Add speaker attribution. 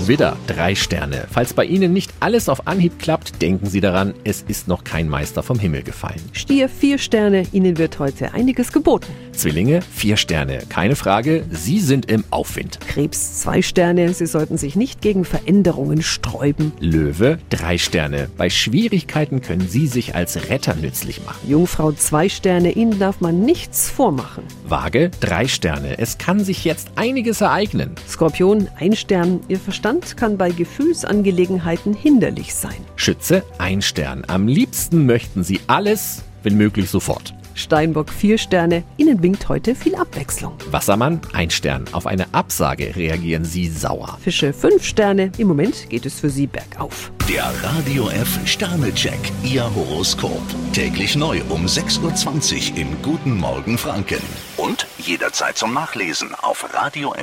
Speaker 1: Widder, drei Sterne. Falls bei Ihnen nicht alles auf Anhieb klappt, denken Sie daran, es ist noch kein Meister vom Himmel gefallen.
Speaker 2: Stier, vier Sterne, Ihnen wird heute einiges geboten.
Speaker 1: Zwillinge, vier Sterne. Keine Frage, Sie sind im Aufwind.
Speaker 2: Krebs, zwei Sterne, Sie sollten sich nicht gegen Veränderungen sträuben.
Speaker 1: Löwe, drei Sterne. Bei Schwierigkeiten können Sie sich als Retter nützlich machen.
Speaker 2: Jungfrau, zwei Sterne, Ihnen darf man nichts vormachen.
Speaker 1: Waage, drei Sterne. Es kann sich jetzt einiges ereignen.
Speaker 2: Skorpion, ein Stern, Ihr Verstand kann bei Gefühlsangelegenheiten hinderlich sein.
Speaker 1: Schütze, ein Stern. Am liebsten möchten Sie alles, wenn möglich sofort.
Speaker 2: Steinbock, vier Sterne, Ihnen winkt heute viel Abwechslung.
Speaker 1: Wassermann, ein Stern. Auf eine Absage reagieren Sie sauer.
Speaker 2: Fische, fünf Sterne, im Moment geht es für Sie bergauf.
Speaker 3: Der Radio F Sternecheck, Ihr Horoskop. Täglich neu um 6.20 Uhr im Guten Morgen Franken. Und jederzeit zum Nachlesen auf radiof.de.